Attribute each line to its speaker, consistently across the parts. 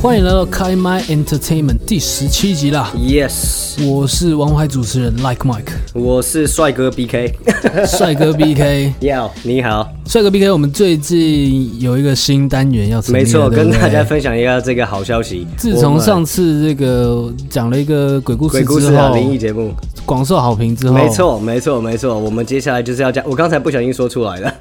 Speaker 1: 欢迎来到开麦 Entertainment 第十七集啦！
Speaker 2: Yes，
Speaker 1: 我是王牌主持人 Like Mike，
Speaker 2: 我是帅哥 BK。
Speaker 1: 帅哥 BK，
Speaker 2: Yo，你好，
Speaker 1: 帅哥 BK，我们最近有一个新单元要成立了
Speaker 2: 没错，
Speaker 1: 对
Speaker 2: 跟
Speaker 1: 不对
Speaker 2: 大家分享一下这个好消息。
Speaker 1: 自
Speaker 2: 我
Speaker 1: 从
Speaker 2: 们
Speaker 1: 上次这个讲了一个鬼故
Speaker 2: 鬼
Speaker 1: 事
Speaker 2: 故
Speaker 1: 之
Speaker 2: 事啊
Speaker 1: 后，
Speaker 2: 灵异节目，
Speaker 1: 广受好评之后，
Speaker 2: 没，错，没错，没错。我们接下来就是要讲，我刚才不小心说出来 了，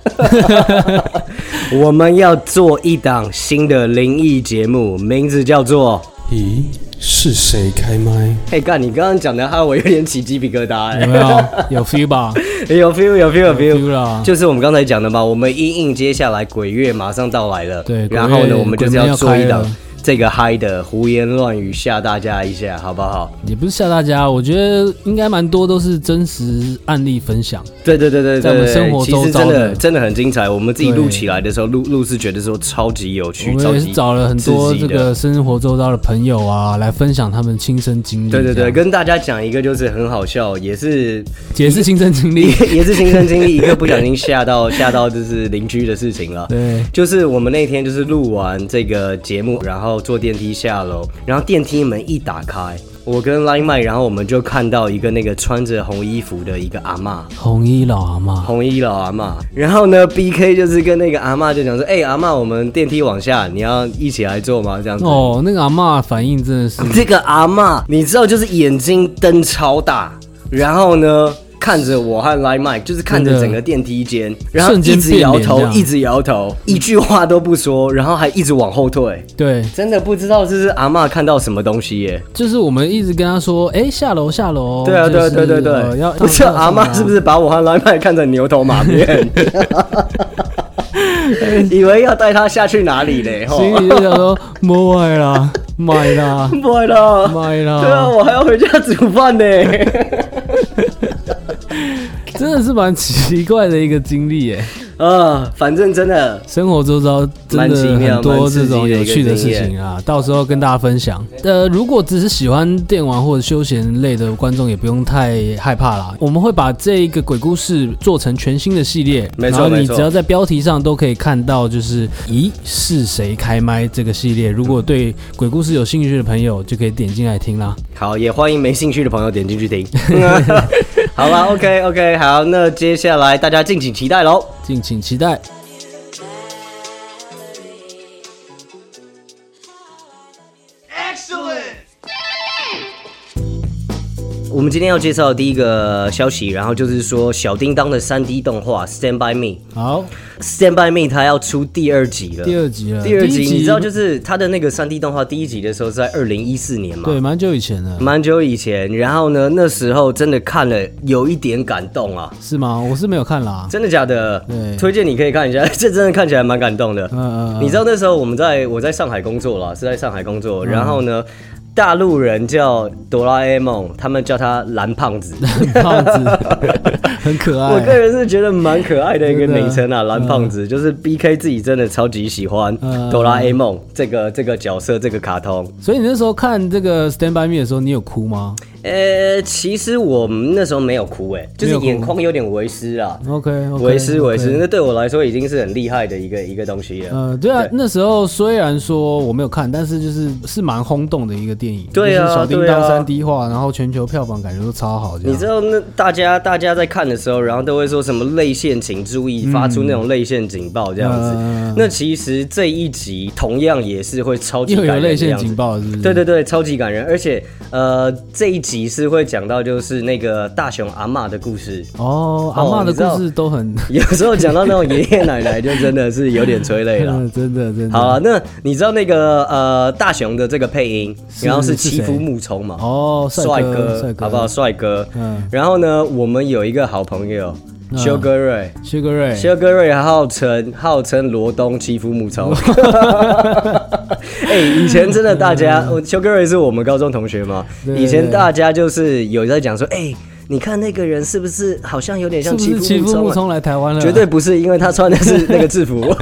Speaker 2: 我们要做一档新的灵异节目，名字叫做……
Speaker 3: 咦，是谁开麦？
Speaker 2: 嘿，干，你刚刚讲的害我有点起鸡皮疙瘩、
Speaker 1: 有
Speaker 2: 欸，
Speaker 1: 没有 有 feel 吧？
Speaker 2: 有 feel，有 feel，有 feel。
Speaker 1: feel 啦，
Speaker 2: 就是我们刚才讲的嘛，我们因应接下来鬼月马上到来了，
Speaker 1: 对
Speaker 2: 然后
Speaker 1: 鬼月
Speaker 2: 呢，我们就是
Speaker 1: 鬼门
Speaker 2: 要
Speaker 1: 要
Speaker 2: 做一
Speaker 1: 开
Speaker 2: 档
Speaker 1: 了
Speaker 2: 这个嗨的胡言乱语吓大家一下，好不好？
Speaker 1: 也不是吓大家，我觉得应该蛮多都是真实案例分享，
Speaker 2: 对对对对
Speaker 1: 在我
Speaker 2: 对
Speaker 1: 们
Speaker 2: 对，
Speaker 1: 生活
Speaker 2: 其实
Speaker 1: 周遭
Speaker 2: 真
Speaker 1: 的
Speaker 2: 的真的很精彩。我们自己录
Speaker 1: 对
Speaker 2: 起来的时候，录录是觉得说超级有趣，
Speaker 1: 我
Speaker 2: 超
Speaker 1: 们也
Speaker 2: 级
Speaker 1: 是找了很多
Speaker 2: 刺
Speaker 1: 这
Speaker 2: 激的
Speaker 1: 个生活周遭的朋友啊，来分享他们亲身经历。
Speaker 2: 对对
Speaker 1: 这
Speaker 2: 对，
Speaker 1: 样，
Speaker 2: 跟大家讲一个就是很好笑，也是
Speaker 1: 也是亲身经历。
Speaker 2: 也是亲身经历，一个不小心吓到吓到就是邻居的事情了。
Speaker 1: 对，
Speaker 2: 就是我们那天就是录完这个节目，然后坐电梯下楼，然后电梯门一打开，我跟 Line 麦，然后我们就看到一个那个穿着红衣服的一个阿嬷，
Speaker 1: 红衣老阿妈，
Speaker 2: 红衣老阿嬷。然后呢，BK 就是跟那个阿嬷就讲说，哎、阿嬷，我们电梯往下，你要一起来坐吗？这样子。
Speaker 1: 哦，那个阿妈反应真的是，
Speaker 2: 这个阿嬷，你知道，就是眼睛瞪超大，然后呢，看着我和 Line Mike，就是看
Speaker 1: 真
Speaker 2: 着
Speaker 1: 的
Speaker 2: 整个电梯间，然后
Speaker 1: 瞬
Speaker 2: 一
Speaker 1: 间
Speaker 2: 直
Speaker 1: 变
Speaker 2: 摇
Speaker 1: 脸这
Speaker 2: 头，
Speaker 1: 样
Speaker 2: 一直摇头，一句话都不说，然后还一直往后退。
Speaker 1: 对，
Speaker 2: 真的不知道这是阿嬷看到什么东西耶？
Speaker 1: 就是我们一直跟他说，哎，下楼下楼。
Speaker 2: 对啊，对
Speaker 1: 就
Speaker 2: 啊，
Speaker 1: 是
Speaker 2: 对对
Speaker 1: 呃
Speaker 2: 对，
Speaker 1: 要
Speaker 2: 不知道阿
Speaker 1: 妈
Speaker 2: 嬷是不？是把我和 Line Mike 看成牛头马 面，以为要带他下去哪里嘞？吼
Speaker 1: 心里就想说，莫买啦，买啦，
Speaker 2: 不会了，
Speaker 1: 买
Speaker 2: 对啊，
Speaker 1: 啦，
Speaker 2: 我还要回家煮饭呢。
Speaker 1: 真的是蛮奇怪的一个经历耶。
Speaker 2: 啊，反正真的
Speaker 1: 生活周遭真
Speaker 2: 蛮
Speaker 1: 的
Speaker 2: 奇妙
Speaker 1: 很多
Speaker 2: 蛮
Speaker 1: 这
Speaker 2: 刺激的
Speaker 1: 种有趣的事
Speaker 2: 一个经
Speaker 1: 情啊，到时候跟大家分享。呃，如果只是喜欢电玩或者休闲类的观众，也不用太害怕啦。我们会把这一个鬼故事做成全新的系列，
Speaker 2: 没错
Speaker 1: 然后
Speaker 2: 没
Speaker 1: 你
Speaker 2: 错
Speaker 1: 只要在标题上都可以看到，就是咦是谁开麦这个系列。如果对鬼故事有兴趣的朋友，就可以点进来听啦。
Speaker 2: 好，也欢迎没兴趣的朋友点进去 听。好了，OK OK，好，那接下来大家敬请期待喽。
Speaker 1: 敬请期待。
Speaker 2: 我们今天要介绍的第一个消息，然后就是说小叮当的3 D 动画《Stand by Me》，
Speaker 1: 好，
Speaker 2: 《Stand by Me》它要出第二集了。
Speaker 1: 第二集了，
Speaker 2: 第二集
Speaker 1: 第一
Speaker 2: 你知道就是它的那个3 D 动画第一集的时候是在二零一四年嘛？
Speaker 1: 对，蛮久以前了，
Speaker 2: 蛮久以前。然后呢，那时候真的看了有一点感动啊。
Speaker 1: 是吗？我是没有看啦。
Speaker 2: 真的假的
Speaker 1: 对？
Speaker 2: 推荐你可以看一下， 这真的看起来蛮感动的。
Speaker 1: 嗯嗯，
Speaker 2: 你知道那时候我们在我在上海工作啦，是在上海工作，然后呢，大陆人叫哆啦 A 梦，他们叫他蓝胖子。
Speaker 1: 很胖子，很可爱。
Speaker 2: 我个人是觉得蛮可爱的一个
Speaker 1: 真的
Speaker 2: 名称啊，蓝胖子，就是 B K 自己真的超级喜欢
Speaker 1: 嗯
Speaker 2: 哆啦 A 梦这个这个角色这个卡通。
Speaker 1: 所以你那时候看这个《Stand by Me》的时候，你有哭吗
Speaker 2: 呃，其实我们那时候没有哭，哎，就是
Speaker 1: 没有哭
Speaker 2: 眼眶有点为湿啊，
Speaker 1: ？OK，, o k
Speaker 2: 为湿为湿，那对我来说已经是很厉害的一个一个东西了。
Speaker 1: 呃，对啊，
Speaker 2: 对
Speaker 1: 那时候虽然说我没有看，但是就是是蛮轰动的一个电影，
Speaker 2: 对啊
Speaker 1: 就是小叮当
Speaker 2: 对啊
Speaker 1: 三 D 化，然后全球票房感觉都超好，这
Speaker 2: 你知
Speaker 1: 样。
Speaker 2: 道那大家大家在看的时候，然后都会说什么泪腺请注意，发出那种泪腺警报这样子。
Speaker 1: 嗯
Speaker 2: 那其实这一集同样也是会超级
Speaker 1: 又
Speaker 2: 感
Speaker 1: 有
Speaker 2: 人的
Speaker 1: 泪腺
Speaker 2: 样子
Speaker 1: 警。报，是不是？
Speaker 2: 对对对，超级感人，而且呃，这一集是会讲到就是那个大熊阿嬷的故事。
Speaker 1: 哦，阿嬷
Speaker 2: 哦你知
Speaker 1: 的
Speaker 2: 道
Speaker 1: 故事都很，
Speaker 2: 有时候讲到那种爷爷奶奶，就真的是有点催泪 了。
Speaker 1: 嗯真的真的。
Speaker 2: 好啊，那你知道那个呃大熊的这个配音，
Speaker 1: 是
Speaker 2: 然后是
Speaker 1: 是
Speaker 2: 欺负
Speaker 1: 谁
Speaker 2: 木聪嘛？
Speaker 1: 哦，
Speaker 2: 帅
Speaker 1: 哥，帅
Speaker 2: 哥，好不好？？帅哥。
Speaker 1: 嗯
Speaker 2: 然后呢，我们有一个好朋友
Speaker 1: 嗯
Speaker 2: 修哥瑞，
Speaker 1: 薛哥瑞，
Speaker 2: 修哥瑞号称号称罗东欺负 木超。哎，以前真的哦大家，我修哥瑞是我们高中同学嘛，
Speaker 1: 嗯对
Speaker 2: 以前大家就是有在讲说，哎。你看那个人是不是好像有点
Speaker 1: 是
Speaker 2: 像
Speaker 1: 不
Speaker 2: 欺
Speaker 1: 是欺
Speaker 2: 负
Speaker 1: 负
Speaker 2: 木
Speaker 1: 木
Speaker 2: 聪、
Speaker 1: 聪来台湾了？
Speaker 2: 啊？绝对不是，因为他穿的是那个制服，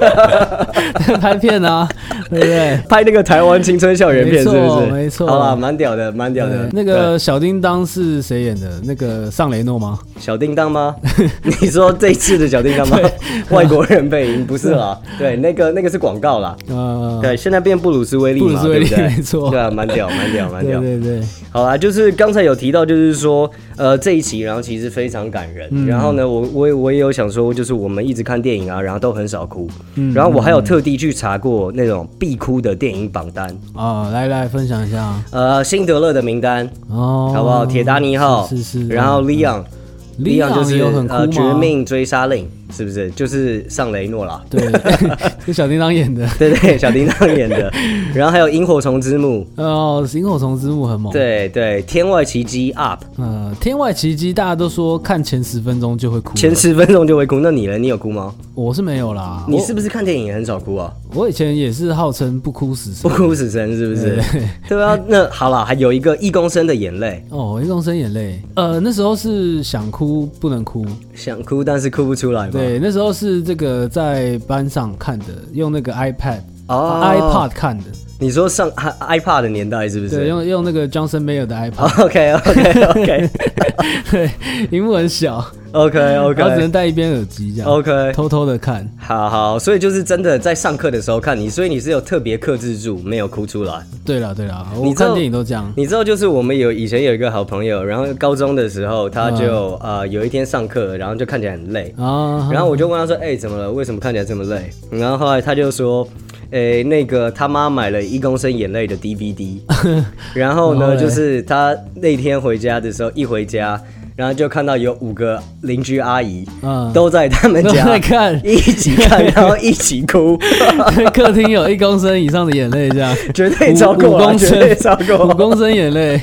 Speaker 1: 拍片啊，对不对？
Speaker 2: 拍那个台湾青春校园
Speaker 1: 没
Speaker 2: 片，是
Speaker 1: 错
Speaker 2: 不是？
Speaker 1: 没错
Speaker 2: 好啦，蛮屌的，蛮屌的。
Speaker 1: 那个小叮当是谁演的？那个尚雷诺吗？
Speaker 2: 对小叮当吗？ 你说这一次的小叮当吗？外国人配音不是啦，对，那个那个是广告啦。
Speaker 1: 呃，
Speaker 2: 对，现在变布鲁斯威利嘛，
Speaker 1: 布鲁斯威利
Speaker 2: 对不对
Speaker 1: 没错
Speaker 2: 对啊，蛮屌，蛮屌，蛮
Speaker 1: 对
Speaker 2: 屌。
Speaker 1: 对对，
Speaker 2: 好啦，就是刚才有提到，就是说，呃，这一期，然后其实非常感人。
Speaker 1: 嗯
Speaker 2: 然后呢，我我也我也有想说，就是我们一直看电影啊，然后都很少哭。
Speaker 1: 嗯
Speaker 2: 然后我还有特地去查过那种必哭的电影榜单，
Speaker 1: 啊，来来分享一下啊
Speaker 2: 呃，辛德勒的名单，
Speaker 1: 哦，
Speaker 2: 好不好？铁达尼号，
Speaker 1: 是是是嗯
Speaker 2: 然后 Leon。
Speaker 1: Leon
Speaker 2: 就是
Speaker 1: 有很哭
Speaker 2: 呃，
Speaker 1: 吗
Speaker 2: 绝命追杀令是不是？就是上雷 诺啦，
Speaker 1: 对，是小叮当演的。
Speaker 2: 对对，小叮当 演的。然后还有萤火虫之墓，
Speaker 1: 哦，《萤火虫之墓》很猛。，
Speaker 2: 对对，天外奇迹 UP，
Speaker 1: 呃，《天外奇迹》大家都说看前十分钟就会哭，
Speaker 2: 前十分钟就会哭。那你呢？你有哭吗？
Speaker 1: 我是没有啦。
Speaker 2: 你是不是看电影也很少哭啊？
Speaker 1: 我我以前也是号称不哭死
Speaker 2: 不
Speaker 1: 神。
Speaker 2: 哭死神是不是
Speaker 1: 对对？
Speaker 2: 对啊，那好了，还有一个一公升的眼泪，
Speaker 1: 哦，一公升眼泪。呃，那时候是想哭不能哭，
Speaker 2: 想哭但是哭不出来嘛。
Speaker 1: 对，那时候是这个在班上看的，用那个 iPad、
Speaker 2: 哦
Speaker 1: iPad 看的，
Speaker 2: 你说上 i- iPad 的年代是不
Speaker 1: 对，
Speaker 2: 是哦
Speaker 1: 用用那个 Johnson Mayer 的 iPad，
Speaker 2: ？OK OK OK
Speaker 1: 对， 荧幕很小，
Speaker 2: OK 哦
Speaker 1: 然后只
Speaker 2: OK
Speaker 1: 能戴一边耳机这样
Speaker 2: OK，
Speaker 1: 偷偷的看。
Speaker 2: 好好，所以就是真的在上课的时候看你，所以你是有特别克制住，没有哭出来。
Speaker 1: 对了对了，
Speaker 2: 你
Speaker 1: 我
Speaker 2: 知道
Speaker 1: 看电影都这样。
Speaker 2: 你知道，就是我们有以前有一个好朋友，然后高中的时候他就、呃有一天上课，然后就看起来很累，
Speaker 1: 啊，
Speaker 2: 然后我就问他说：“哎、怎么了？为什么看起来这么累？”然后后来他就说：“哎、那个他妈买了一公升眼泪的 DVD，然后
Speaker 1: 然后
Speaker 2: 呢，
Speaker 1: 嘞
Speaker 2: 就是他那天回家的时候，一回家，然后就看到有五个邻居阿姨、
Speaker 1: 嗯
Speaker 2: 都在他们
Speaker 1: 都
Speaker 2: 家
Speaker 1: 在看
Speaker 2: 一起看，然后一起哭，
Speaker 1: 客厅有一公升以上的眼泪， 这样
Speaker 2: 绝对超
Speaker 1: 五
Speaker 2: 过
Speaker 1: 五
Speaker 2: 啊，
Speaker 1: 公
Speaker 2: 绝对
Speaker 1: 升
Speaker 2: 超过
Speaker 1: 五
Speaker 2: 啊，
Speaker 1: 公升眼 泪，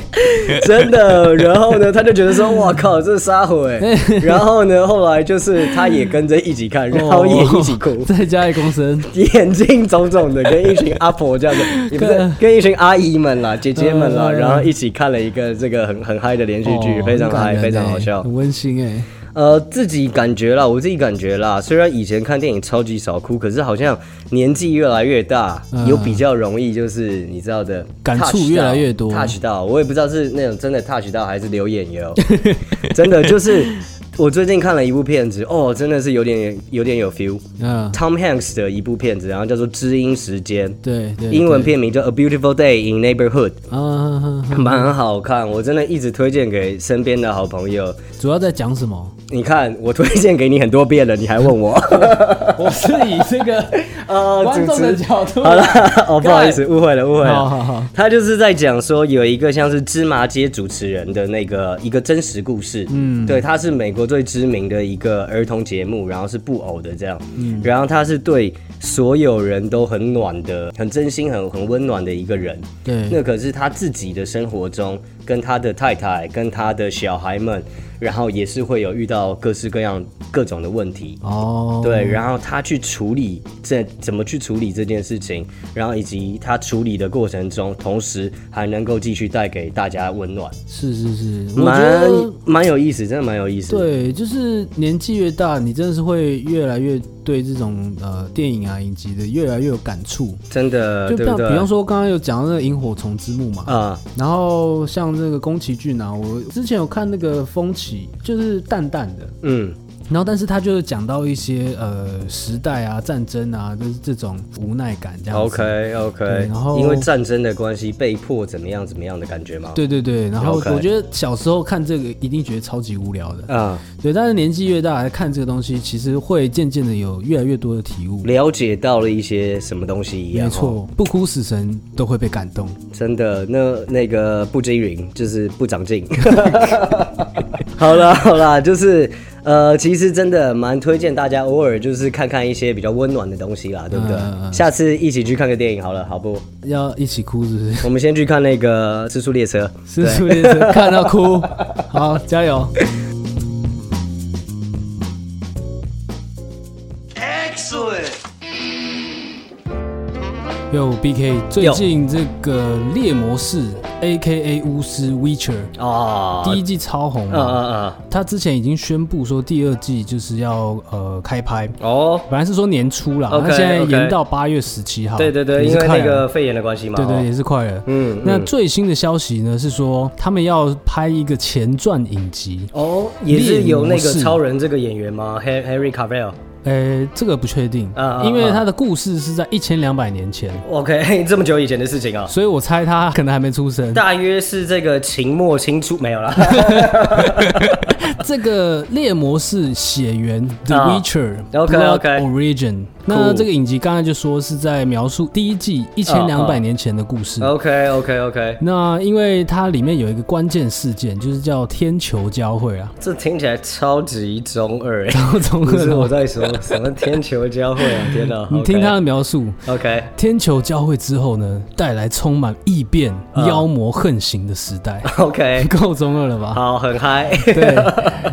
Speaker 2: 真的。然后呢，他就觉得说：“哇靠，这是撒谎 欸！”然后呢，后来就是他也跟着一起看，然后也一起哭。
Speaker 1: 哦再加一公升，
Speaker 2: 眼睛肿肿的，跟一群阿婆这 样子，也不是跟一群阿姨们啦、姐姐们啦，
Speaker 1: 啊嗯
Speaker 2: 然后一起看了一个这个很很嗨的连续剧，
Speaker 1: 哦
Speaker 2: 非常
Speaker 1: 很感
Speaker 2: 嗨，
Speaker 1: 人
Speaker 2: 非常
Speaker 1: 欸
Speaker 2: 好笑
Speaker 1: 很。温馨哎、
Speaker 2: 呃，自己感觉啦，我自己感觉啦，虽然以前看电影超级少哭，可是好像年纪越来越大，
Speaker 1: 嗯
Speaker 2: 有比较容易就是你知道的，
Speaker 1: 感触
Speaker 2: touch
Speaker 1: 越来
Speaker 2: 到
Speaker 1: 越多
Speaker 2: ，touch 到，我也不知道是那种真的 touch 到还是流眼油， 真的就是我最近看了一部片子，哦，真的是有点有点有 feel。
Speaker 1: 嗯，
Speaker 2: Tom Hanks 的一部片子，然后叫做《知音时间》，
Speaker 1: 对对，
Speaker 2: 英文片名叫《A Beautiful Day in Neighborhood
Speaker 1: 对啊，》，
Speaker 2: 蛮好看，我真的一直推荐给身边的好朋友。
Speaker 1: 主要在讲什 么？
Speaker 2: 你看，我推荐给你很多遍了，你还问我？
Speaker 1: 我是以这 个
Speaker 2: 呃
Speaker 1: 观众的角度，
Speaker 2: 好了， 啊哦，不好意思，误会了，误会
Speaker 1: 好好
Speaker 2: 了
Speaker 1: 好。
Speaker 2: 他就是在讲说，有一个像是芝麻街主持人的那个一个真实故事。嗯，对，他是美国最知名的一个儿童节目，然后是布偶的这样。嗯，然后他是对所有人都很暖的、很真心、很很温暖的一个人。
Speaker 1: 对，
Speaker 2: 那可是他自己的生活中，跟他的太太、跟他的小孩们，然后也是会有遇到各式各样、各种的问题。
Speaker 1: 哦，
Speaker 2: 对，然后他去处理这怎么去处理这件事情，然后以及他处理的过程中，同时还能够继续带给大家温暖，
Speaker 1: 是是是，我觉
Speaker 2: 蛮
Speaker 1: 得
Speaker 2: 蛮有意思，真的蛮有意思。，
Speaker 1: 对，就是年纪越大，你真的是会越来越对这种呃电影啊影集的越来越有感触。
Speaker 2: 真的，
Speaker 1: 就
Speaker 2: 呃对
Speaker 1: 比
Speaker 2: 不
Speaker 1: 方
Speaker 2: 对？
Speaker 1: 比方说，刚刚有讲到那个《萤火虫之墓》嘛，
Speaker 2: 啊、
Speaker 1: 然后像这个宫崎骏啊，我之前有看那个《风起》，就是淡淡的，
Speaker 2: 嗯，
Speaker 1: 然后但是他就是讲到一些呃时代啊、战争啊，就是这种无奈感这样子。
Speaker 2: ，OK
Speaker 1: 对
Speaker 2: OK，
Speaker 1: 然后
Speaker 2: 因为战争的关系，被迫怎么样怎么样的感觉吗？，
Speaker 1: 对对对，然后
Speaker 2: OK
Speaker 1: 我觉得小时候看这个一定觉得超级无聊的，
Speaker 2: 啊、
Speaker 1: 对，但是年纪越大来看这个东西，其实会渐渐的有越来越多的体悟。
Speaker 2: 了解到了一些什么东西一样，
Speaker 1: 没
Speaker 2: 哦
Speaker 1: 错，不哭死神都会被感动。
Speaker 2: 真的，那那个不均匀就是不长进。 好啦好啦，就是呃，其实真的蛮推荐大家偶尔就是看看一些比较温暖的东西啦，对不对？
Speaker 1: 嗯嗯嗯
Speaker 2: 下次一起去看个电影好了，好不？
Speaker 1: 要一起哭是不是？
Speaker 2: 我们先去看那个《失速列车》。
Speaker 1: 是是是，看到 哭，好加油！有 BK，最近这个猎魔士 A K A 巫师 Witcher，
Speaker 2: 哦，
Speaker 1: 第一季超红
Speaker 2: 嗯
Speaker 1: 嘛，
Speaker 2: 嗯嗯，
Speaker 1: 他之前已经宣布说第二季就是要呃开拍，
Speaker 2: 哦，
Speaker 1: 本来是说年初啦，
Speaker 2: OK，
Speaker 1: 那现在
Speaker 2: OK
Speaker 1: 延到八月十七号，
Speaker 2: 对对对，
Speaker 1: 也
Speaker 2: 因
Speaker 1: 是
Speaker 2: 为
Speaker 1: 快
Speaker 2: 那
Speaker 1: 了
Speaker 2: 个肺炎的关系
Speaker 1: 啊
Speaker 2: 嘛，
Speaker 1: 对对
Speaker 2: 哦，
Speaker 1: 也是快了。
Speaker 2: 嗯，
Speaker 1: 那
Speaker 2: 嗯
Speaker 1: 最新的消息呢是说他们要拍一个前传影集，
Speaker 2: 哦也是有那
Speaker 1: 猎
Speaker 2: 个
Speaker 1: 人模式
Speaker 2: 超人这个演员吗？Har-？Harry Cavill。
Speaker 1: 呃，这个不确定
Speaker 2: 啊啊，
Speaker 1: 因为
Speaker 2: 啊
Speaker 1: 他的故事是在一千两百年前，
Speaker 2: OK，这么久以前的事情啊、
Speaker 1: 所以我猜他可能还没出生。
Speaker 2: 大约是这个秦末清初没有 啦。
Speaker 1: 这个猎魔士血缘 The
Speaker 2: 啊
Speaker 1: Witcher
Speaker 2: OK，
Speaker 1: Blood
Speaker 2: OK
Speaker 1: Origin，那这个影集刚才就说是在描述第一
Speaker 2: 啊
Speaker 1: 季一千两百年前的故事。
Speaker 2: OK OK OK，
Speaker 1: 那因为它里面有一个关键事件，就是叫天球交汇啊，
Speaker 2: 这听起来超级中二、欸。
Speaker 1: 高 中
Speaker 2: 不
Speaker 1: 二
Speaker 2: 是我
Speaker 1: 楼。
Speaker 2: 在说什么天球交汇啊！天 哪，
Speaker 1: 你听他的描述，
Speaker 2: OK，
Speaker 1: 天球交汇之后呢，带来充满异变、
Speaker 2: 啊
Speaker 1: 妖魔横行的时代，
Speaker 2: OK，
Speaker 1: 够中二了吧？
Speaker 2: 好，很嗨。
Speaker 1: 对，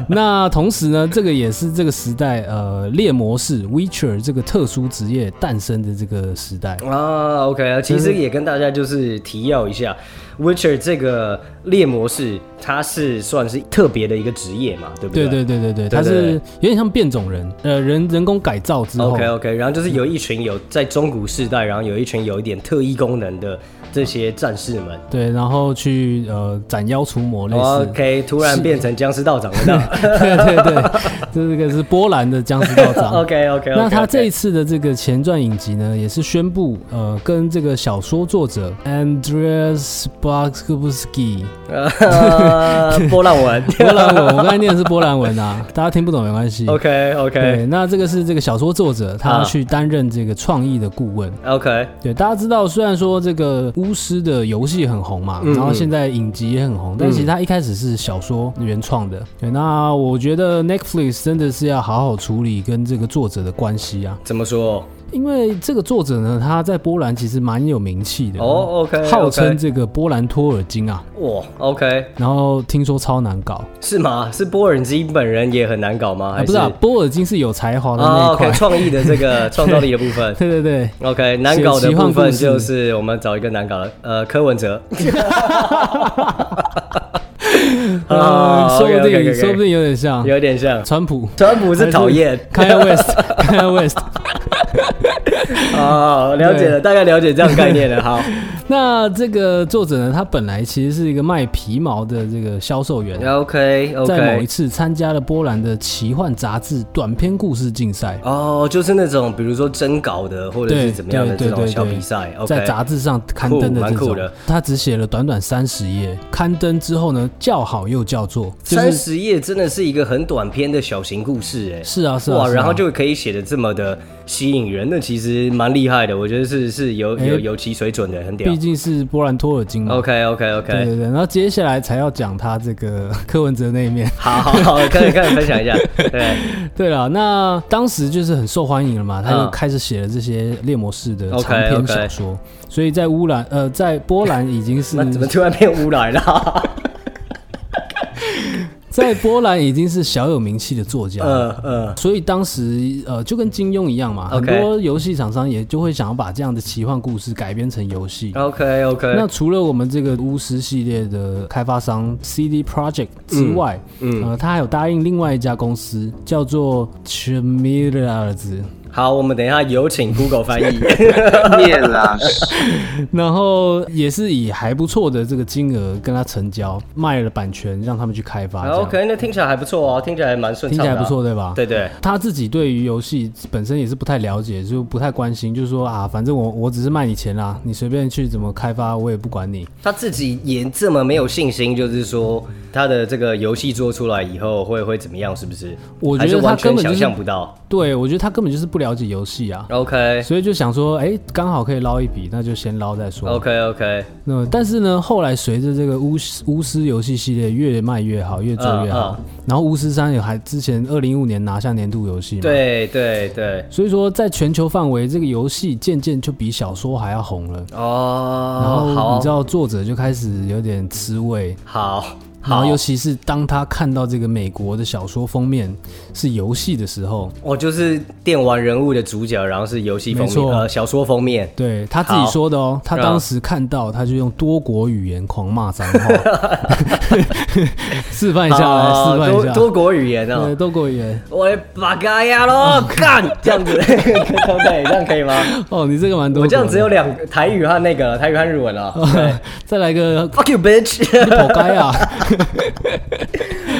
Speaker 1: 那同时呢，这个也是这个时代呃猎魔士 Witcher 这个特殊职业诞生的这个时代。
Speaker 2: 啊，OK，其实也跟大家就是提要一下，Witcher 这个猎魔士，它是算是特别的一个职业嘛，对不
Speaker 1: 对
Speaker 2: 对
Speaker 1: 对对对对，
Speaker 2: 对
Speaker 1: 它
Speaker 2: 对
Speaker 1: 是有点像变种人，呃，人人工改造之后
Speaker 2: OK OK，然后就是有一群有在中古世代，然后有一群有一点特异功能的这些战士们。
Speaker 1: 对，然后去呃斩妖除魔，类似。
Speaker 2: 哦 OK，突然变成僵尸道长 了。
Speaker 1: 对对对，这个是波兰的僵尸道长。
Speaker 2: OK OK，
Speaker 1: 那他 这一次的这个前传影集呢，也是宣布，呃，跟这个小说作者 Andreas b a k b u s k i
Speaker 2: 呃波浪纹。
Speaker 1: 波兰 文，我刚才念的是波兰文啊，大家听不懂没关系。
Speaker 2: OK OK
Speaker 1: 对，那这个是这个小说作者他
Speaker 2: 啊
Speaker 1: 去担任这个创意的顾问。
Speaker 2: OK，
Speaker 1: 对，大家知道，虽然说这个巫师的游戏很红嘛，
Speaker 2: 嗯
Speaker 1: 然后现在影集也很红，但其实它一开始是小说原创的。对，那我觉得 Netflix 真的是要好好处理跟这个作者的关系啊，
Speaker 2: 怎么说？
Speaker 1: 因为这个作者呢，他在波兰其实蛮有名气的
Speaker 2: 哦，OK，
Speaker 1: 号称这个波兰托尔金啊，
Speaker 2: 哇，OK，
Speaker 1: 然后听说超难搞，
Speaker 2: 是吗？是波尔基本人也很难搞吗？
Speaker 1: 啊不
Speaker 2: 还哎是
Speaker 1: 是啊，波尔金是有才华的那
Speaker 2: 哦
Speaker 1: 一块，
Speaker 2: ，OK，创意的这个创造力的部分。
Speaker 1: 对对 对，
Speaker 2: OK，难搞的
Speaker 1: 奇幻
Speaker 2: 部
Speaker 1: 故
Speaker 2: 分
Speaker 1: 事
Speaker 2: 就是我们找一个难搞的，呃，柯 文哲。
Speaker 1: 嗯，
Speaker 2: 啊
Speaker 1: 说不
Speaker 2: OK，OK，OK
Speaker 1: 定说不定有点像
Speaker 2: 有点像
Speaker 1: 川普，
Speaker 2: 川普是讨厌
Speaker 1: Kanye West，Kanye West。
Speaker 2: 哦，了解了，大概了解这样概念了。好
Speaker 1: 那这个作者呢，他本来其实是一个卖皮毛的这个销售员。
Speaker 2: 哦，OK
Speaker 1: 在某一
Speaker 2: OK，
Speaker 1: 次参加了波兰的奇幻杂志短篇故事竞赛，
Speaker 2: 哦，就是那种比如说征稿的或者
Speaker 1: 对
Speaker 2: 是怎么样的
Speaker 1: 对对
Speaker 2: 这种
Speaker 1: 对
Speaker 2: 小
Speaker 1: 对
Speaker 2: 比赛，OK，
Speaker 1: 在杂志上刊登的这
Speaker 2: 酷蛮酷
Speaker 1: 种
Speaker 2: 的，
Speaker 1: 他只写了短短三十页，刊登之后呢，叫好又叫座，就
Speaker 2: 三
Speaker 1: 是
Speaker 2: 十页真的是一个很短篇的小型故事，哎，
Speaker 1: 是啊是啊，
Speaker 2: 哇，
Speaker 1: 是啊
Speaker 2: 然后就可以写的这么的吸引人，那其实蛮厉害的，我觉得是是有有
Speaker 1: 哎
Speaker 2: 有其水准的，很屌
Speaker 1: 毕。竟是波兰托尔金嘛，
Speaker 2: OK OK
Speaker 1: 对
Speaker 2: OK，
Speaker 1: 对对，然后接下来才要讲他这个 柯文哲那一面。
Speaker 2: 好好好，可以可以分享一 下，对
Speaker 1: 对了，那当时就是很受欢迎了嘛，他就
Speaker 2: 嗯
Speaker 1: 开始写了这些猎魔士的长
Speaker 2: OK，OK
Speaker 1: 篇小说所以在乌兰呃，在波兰已经是
Speaker 2: 那怎么突然变污染了？
Speaker 1: 在波兰已经是小有名气的作家了。
Speaker 2: 嗯嗯，
Speaker 1: 所以当时呃，就跟金庸一样嘛
Speaker 2: OK
Speaker 1: 很多游戏厂商也就会想要把这样的奇幻故事改编成游戏。
Speaker 2: OK
Speaker 1: 那
Speaker 2: OK，
Speaker 1: 除了我们这个巫师系列的开发商 CD Project 之外，
Speaker 2: 嗯嗯
Speaker 1: 呃，他还有答应另外一家公司叫做 Chimiraz，
Speaker 2: 好，我们等一下有请 Google 翻译。
Speaker 4: 灭啦，
Speaker 1: 然后也是以还不错的这个金额跟他成交，卖了版权让他们去开发。这样
Speaker 2: 啊 OK，那听起来还不错哦，听起来蛮顺
Speaker 1: 听
Speaker 2: 畅
Speaker 1: 起
Speaker 2: 的、
Speaker 1: 来不。错，对啊吧？
Speaker 2: 对对，
Speaker 1: 他自己对于游戏本身也是不太了解，就不太关心，就是说啊，反正我我只是卖你钱啦，你随便去怎么开发我也不管你。
Speaker 2: 他自己也这么没有信心，就是说他的这个游戏做出来以后会会怎么样，是不是？
Speaker 1: 我觉
Speaker 2: 还
Speaker 1: 得
Speaker 2: 是
Speaker 1: 他
Speaker 2: 完全
Speaker 1: 根本就
Speaker 2: 想
Speaker 1: 是
Speaker 2: 象不到。
Speaker 1: 对我觉得他根本就是不了解游戏啊，
Speaker 2: OK
Speaker 1: 所以就想说，哎，刚好可以捞一笔，那就先捞再说。
Speaker 2: OK OK，
Speaker 1: 那但是呢，后来随着这个巫师巫师游戏系列越卖越好，越做越好，
Speaker 2: 嗯
Speaker 1: 然后巫师三也还之前二零一五年拿下年度游戏嘛，
Speaker 2: 对对对，
Speaker 1: 所以说，在全球范围，这个游戏渐渐就比小说还要红了。然
Speaker 2: 哦，
Speaker 1: 后你知
Speaker 2: 好
Speaker 1: 道，作者就开始有点吃味，
Speaker 2: 好
Speaker 1: 然后尤其是当他看到这个美国的小说封面是游戏的时候，
Speaker 2: 我就是电玩人物的主角，然后是游戏封
Speaker 1: 没错
Speaker 2: 面，呃，小说封面，
Speaker 1: 对他自己说的哦，他当时看到他就用多国语言狂骂 脏话，示范一下，来
Speaker 2: 哦
Speaker 1: 示范一
Speaker 2: 多
Speaker 1: 下，
Speaker 2: 多国语言哦
Speaker 1: 对，多国语言。
Speaker 2: 我的把嘎呀喽，干 这样子， 可不可以？这样可以吗？
Speaker 1: 哦，你这个蛮多国
Speaker 2: 我
Speaker 1: 的，
Speaker 2: 这样只有两个台语和那个台语和日文了。
Speaker 1: 哦
Speaker 2: 对
Speaker 1: 再来个
Speaker 2: Fuck you bitch！
Speaker 1: 口该 啊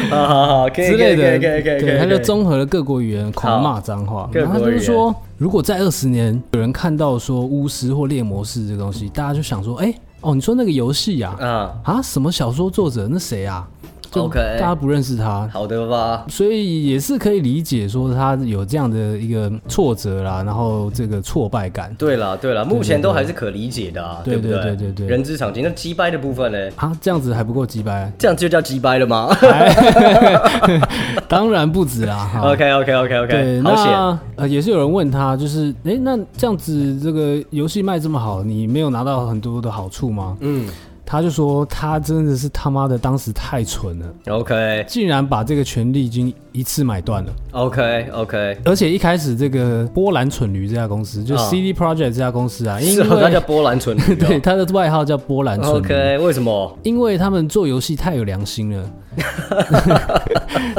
Speaker 2: 好好好，可以
Speaker 1: 之类的，
Speaker 2: 可以可以可以可以可以，
Speaker 1: 对，他就
Speaker 2: 中
Speaker 1: 综合了各国语言狂骂脏话，
Speaker 2: 各
Speaker 1: 然后他
Speaker 2: 国
Speaker 1: 就是
Speaker 2: 语
Speaker 1: 说，如果在二十年有人看到说巫师或猎魔士这东西，大家就想说，哎，哦，你说那个游戏呀，
Speaker 2: 啊，
Speaker 1: 啊，什么小说作者那谁啊？就
Speaker 2: OK
Speaker 1: 大家不认识他，
Speaker 2: 好的吧。
Speaker 1: 所以也是可以理解说他有这样的一个挫折啦，然后这个挫败感
Speaker 2: 对了对了，目前都还是可理解的啊，
Speaker 1: 对
Speaker 2: 不
Speaker 1: 对对对对
Speaker 2: 人之常情。那鸡掰的部分呢？
Speaker 1: 啊，这样子还不够鸡 掰。
Speaker 2: 这样就叫鸡掰了吗
Speaker 1: 哎当然不止啦， 哈
Speaker 2: ？OK OK OK
Speaker 1: 啊对，
Speaker 2: OK，好险。
Speaker 1: 那呃也是有人问他，就是哎、诶那这样子这个游戏卖这么好，你没有拿到很多的好处吗？
Speaker 2: 嗯
Speaker 1: 他就说他真的是他妈的当时太蠢了，
Speaker 2: ，OK
Speaker 1: 竟然把这个权利已经一次买断了。
Speaker 2: OK OK，
Speaker 1: 而且一开始这个波兰蠢驴这家公司，就
Speaker 2: 啊
Speaker 1: CD Project 这家公司啊，因
Speaker 2: 是哦，
Speaker 1: 为
Speaker 2: 那叫波兰唇 语
Speaker 1: 对
Speaker 2: 哦。
Speaker 1: 他的外号叫波兰蠢驴
Speaker 2: OK，为什么？
Speaker 1: 因为他们做游戏太有良心了。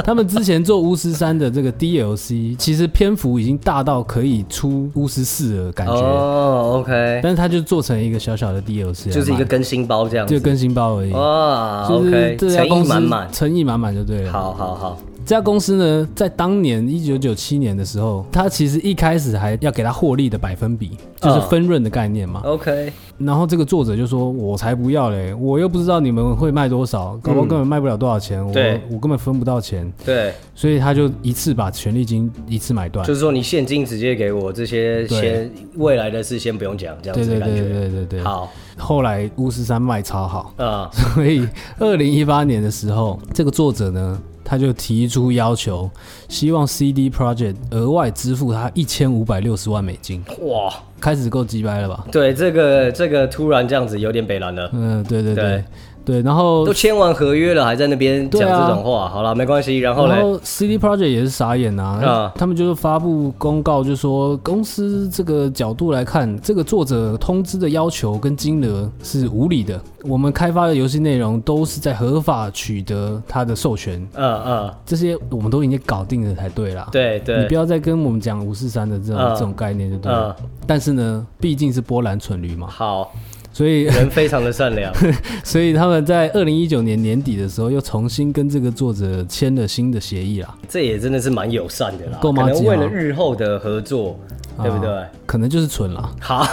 Speaker 1: 他们之前做巫师三的这个 DLC，其实篇幅已经大到可以出巫师四的感觉，
Speaker 2: 哦，OK，
Speaker 1: 但是他就做成一个小小的 DLC，来
Speaker 2: 就是一个
Speaker 1: 卖
Speaker 2: 更新包这样
Speaker 1: 就
Speaker 2: 子。
Speaker 1: 更新包而已。
Speaker 2: 哇
Speaker 1: 就
Speaker 2: ，OK，
Speaker 1: 是这家
Speaker 2: 诚
Speaker 1: 公
Speaker 2: 意
Speaker 1: 司
Speaker 2: 满满。
Speaker 1: 诚意满满就对了。
Speaker 2: 好好好，
Speaker 1: 这家公司呢，在当年一九九七年的时候，它其实一开始还要给它获利的百分比，就是
Speaker 2: 嗯
Speaker 1: 分润的概念嘛。
Speaker 2: OK，
Speaker 1: 然后这个作者就说：“我才不要嘞，我又不知道你们会卖多少，搞不好根本卖不了多少钱，
Speaker 2: 嗯对
Speaker 1: 我我根本分不到钱。
Speaker 2: 对，”
Speaker 1: 所以他就一次把权利金一次买断
Speaker 2: 就。是说你现金直接给我，这些
Speaker 1: 对
Speaker 2: 先未来的事先不用讲，这样
Speaker 1: 对
Speaker 2: 子
Speaker 1: 对
Speaker 2: 的感
Speaker 1: 对对
Speaker 2: 觉。
Speaker 1: 对对对。
Speaker 2: 好，
Speaker 1: 后来巫师三卖超好，
Speaker 2: 啊，
Speaker 1: 所以二零一八年的时候，这个作者呢，他就提出要求，希望 CD Project 额外支付他一千五百六十万美金，
Speaker 2: 哇，
Speaker 1: 开始够鸡掰了吧？
Speaker 2: 对，这个这个突然这样子有点北蓝了。
Speaker 1: 嗯，对对对
Speaker 2: 对
Speaker 1: 对然后
Speaker 2: 都签完合约了，还在那边讲
Speaker 1: 对啊
Speaker 2: 这种话，好了，没关系。然后
Speaker 1: 然
Speaker 2: 嘞，
Speaker 1: 后 CD Project 也是傻眼啊，
Speaker 2: 啊
Speaker 1: 他们就是发布公告，就说公司这个角度来看，这个作者通知的要求跟金额是无理的。我们开发的游戏内容都是在合法取得他的授权，
Speaker 2: 嗯嗯，
Speaker 1: 这些我们都已经搞定了才对啦。，
Speaker 2: 对
Speaker 1: 你
Speaker 2: 对
Speaker 1: 不，要再跟我们讲五四三的这种、
Speaker 2: 啊
Speaker 1: 这种概念就对了。
Speaker 2: 嗯，
Speaker 1: 但是呢，毕竟是波兰蠢驴嘛，
Speaker 2: 好，
Speaker 1: 所以
Speaker 2: 人非常的善良。
Speaker 1: 所以他们在二零一九年年底的时候又重新跟这个作者签了新的协议啦。
Speaker 2: 这也真的是蛮友善的啦，
Speaker 1: 够
Speaker 2: 可
Speaker 1: 吗
Speaker 2: 能为
Speaker 1: 姐
Speaker 2: 了
Speaker 1: 啊啊
Speaker 2: 日后的合作，对不对？
Speaker 1: 可能就是蠢 啦，
Speaker 2: 好，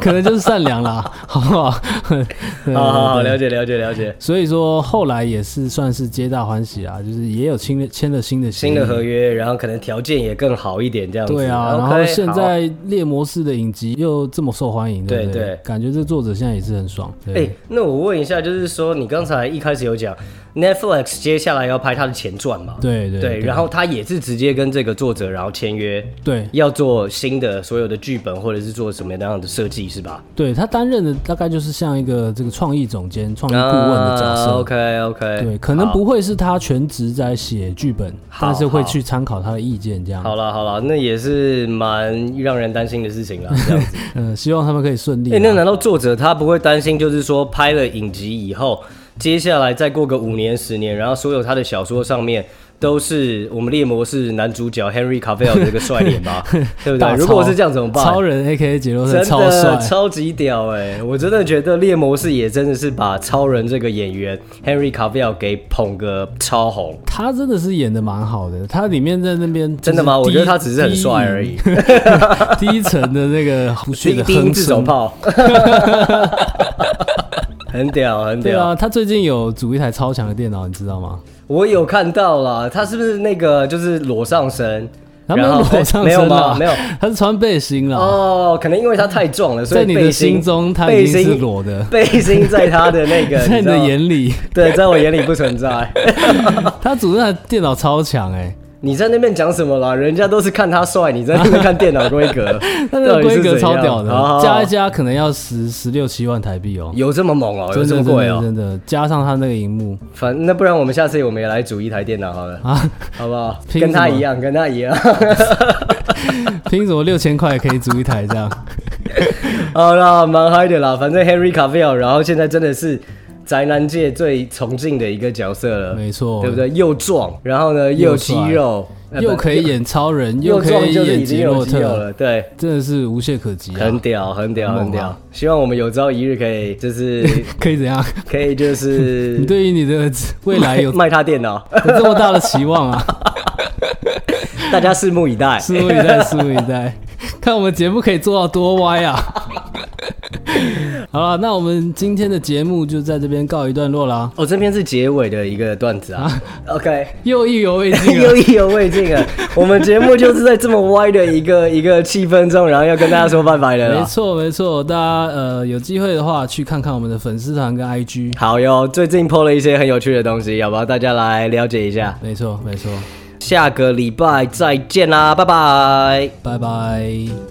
Speaker 1: 可能就是善良啦， 好不 好？对
Speaker 2: 好好好，了解了解了解。
Speaker 1: 所以说后来也是算是皆大欢喜啊，就是也有签了签了新的协议
Speaker 2: 新的合约，然后可能条件也更好一点，这样子。
Speaker 1: 对啊，然
Speaker 2: OK，
Speaker 1: 后现
Speaker 2: 好。
Speaker 1: 在猎魔式的影集又这么受欢迎，对不
Speaker 2: 对对
Speaker 1: 感觉这作者现在也是很爽。
Speaker 2: 哎、
Speaker 1: 对，
Speaker 2: 那我问一下，就是说你刚才一开始有讲 Netflix 接下来要拍他的前传嘛？
Speaker 1: 对对
Speaker 2: 然后他也是直接跟这个作者然后签约，
Speaker 1: 对
Speaker 2: 要做新的所有的剧本或者是做什么样的设计是吧？
Speaker 1: 对，他担任的大概就是像一个这个创意总监、创意顾问的角色。
Speaker 2: 啊 OK OK，
Speaker 1: 对，可能不会是他全职在写剧本，
Speaker 2: 好
Speaker 1: 但是会去参考他的意见这样。
Speaker 2: 好了好了，那也是蛮让人担心的事情啦。这样子，
Speaker 1: 嗯，希望他们可以顺利
Speaker 2: 哎、
Speaker 1: 啊。
Speaker 2: 那难道作者他不会担心，就是说拍了影集以后，接下来再过个五年十年，然后所有他的小说上面都是我们猎魔士男主角 Henry Cavill 的这个帅脸吗？对不
Speaker 1: 大超
Speaker 2: 对？如果是这样怎么办？
Speaker 1: 超人 A K A 杰洛森
Speaker 2: 真
Speaker 1: 超
Speaker 2: 的
Speaker 1: 帅，
Speaker 2: 超级屌哎、我真的觉得猎魔士也真的是把超人这个演员 Henry Cavill 给捧个超红。
Speaker 1: 他真的是演的蛮好的。他里面在那边
Speaker 2: 真的吗？我觉得他只是很帅而已，
Speaker 1: 低。 低层的那个胡须
Speaker 2: 第
Speaker 1: 的
Speaker 2: 第一
Speaker 1: 哼
Speaker 2: 自走
Speaker 1: 声，
Speaker 2: 炮，很屌，很
Speaker 1: 对
Speaker 2: 屌。
Speaker 1: 啊，他最近有组一台超强的电脑，你知道吗？
Speaker 2: 我有看到啦，他是不是那个就是裸上身？
Speaker 1: 他没有
Speaker 2: 然后
Speaker 1: 裸上
Speaker 2: 没有
Speaker 1: 身啊
Speaker 2: 吗？
Speaker 1: 啦，
Speaker 2: 没有。
Speaker 1: 他是穿背心啦。
Speaker 2: 哦，可能因为他太壮了，所以
Speaker 1: 在你
Speaker 2: 背
Speaker 1: 的
Speaker 2: 心
Speaker 1: 心中，他
Speaker 2: 背
Speaker 1: 已经
Speaker 2: 心
Speaker 1: 是 裸的，
Speaker 2: 背心在他的那个，
Speaker 1: 在你的
Speaker 2: 知道吗
Speaker 1: 眼里，
Speaker 2: 对，在我眼里不存在。
Speaker 1: 他组那台电脑超强哎，
Speaker 2: 你在那边讲什么啦？人家都是看他帅，你在那边看电脑规 格，
Speaker 1: 它那个
Speaker 2: 到底
Speaker 1: 规
Speaker 2: 是
Speaker 1: 格
Speaker 2: 怎
Speaker 1: 超
Speaker 2: 样
Speaker 1: 屌的，
Speaker 2: 好好好
Speaker 1: 加一加可能要十十六七万台币哦，
Speaker 2: 有这么猛哦、有
Speaker 1: 真
Speaker 2: 这
Speaker 1: 的
Speaker 2: 么
Speaker 1: 真
Speaker 2: 贵哦、
Speaker 1: 的真的，加上它那个荧幕
Speaker 2: 反那不然我们下次我们也来组一台电脑好了，
Speaker 1: 啊，
Speaker 2: 好不好？
Speaker 1: 凭
Speaker 2: 跟他
Speaker 1: 什么
Speaker 2: 一样，跟他一样。
Speaker 1: 凭什么六千块可以租一台这 样？
Speaker 2: 好啦，蛮嗨的啦。反正 Henry Cavill，然后现在真的是宅男界最崇敬的一个角色了，
Speaker 1: 没错，
Speaker 2: 对不？对？又壮，然后呢又有肌肉，呃
Speaker 1: 又
Speaker 2: 不
Speaker 1: 可以演超人，
Speaker 2: 又
Speaker 1: 可
Speaker 2: 壮
Speaker 1: 以
Speaker 2: 就是
Speaker 1: 演
Speaker 2: 已经
Speaker 1: 杰
Speaker 2: 有
Speaker 1: 洛
Speaker 2: 肌肉
Speaker 1: 特，
Speaker 2: 了，对。
Speaker 1: 真的是无懈可击啊
Speaker 2: 很！屌，很屌，
Speaker 1: 很猛啊
Speaker 2: 很屌！希望我们有朝一日可以，就是
Speaker 1: 可以怎 样？
Speaker 2: 可以，就是
Speaker 1: 你对于你的未来 有
Speaker 2: 卖他电脑，
Speaker 1: 有这么大的期望 啊？
Speaker 2: 大家拭目以 待。
Speaker 1: 拭目以待，拭目以 待，看我们节目可以做到多歪啊！好了，那我们今天的节目就在这边告一段落啦。
Speaker 2: 哦，这边是结尾的一个段子啊。OK，
Speaker 1: 又意犹未 尽
Speaker 2: 又
Speaker 1: 了，
Speaker 2: 意犹未尽啊！我们节目就是在这么歪的一个一个气氛中，然后要跟大家说拜拜了
Speaker 1: 没
Speaker 2: 啦。
Speaker 1: 错没错，大家呃有机会的话去看看我们的粉丝团跟 IG，
Speaker 2: 好哟，最近 PO 了一些很有趣的东西，要不要大家来了解一下？
Speaker 1: 没错没错，
Speaker 2: 下个礼拜再见啦，拜拜。
Speaker 1: 拜拜。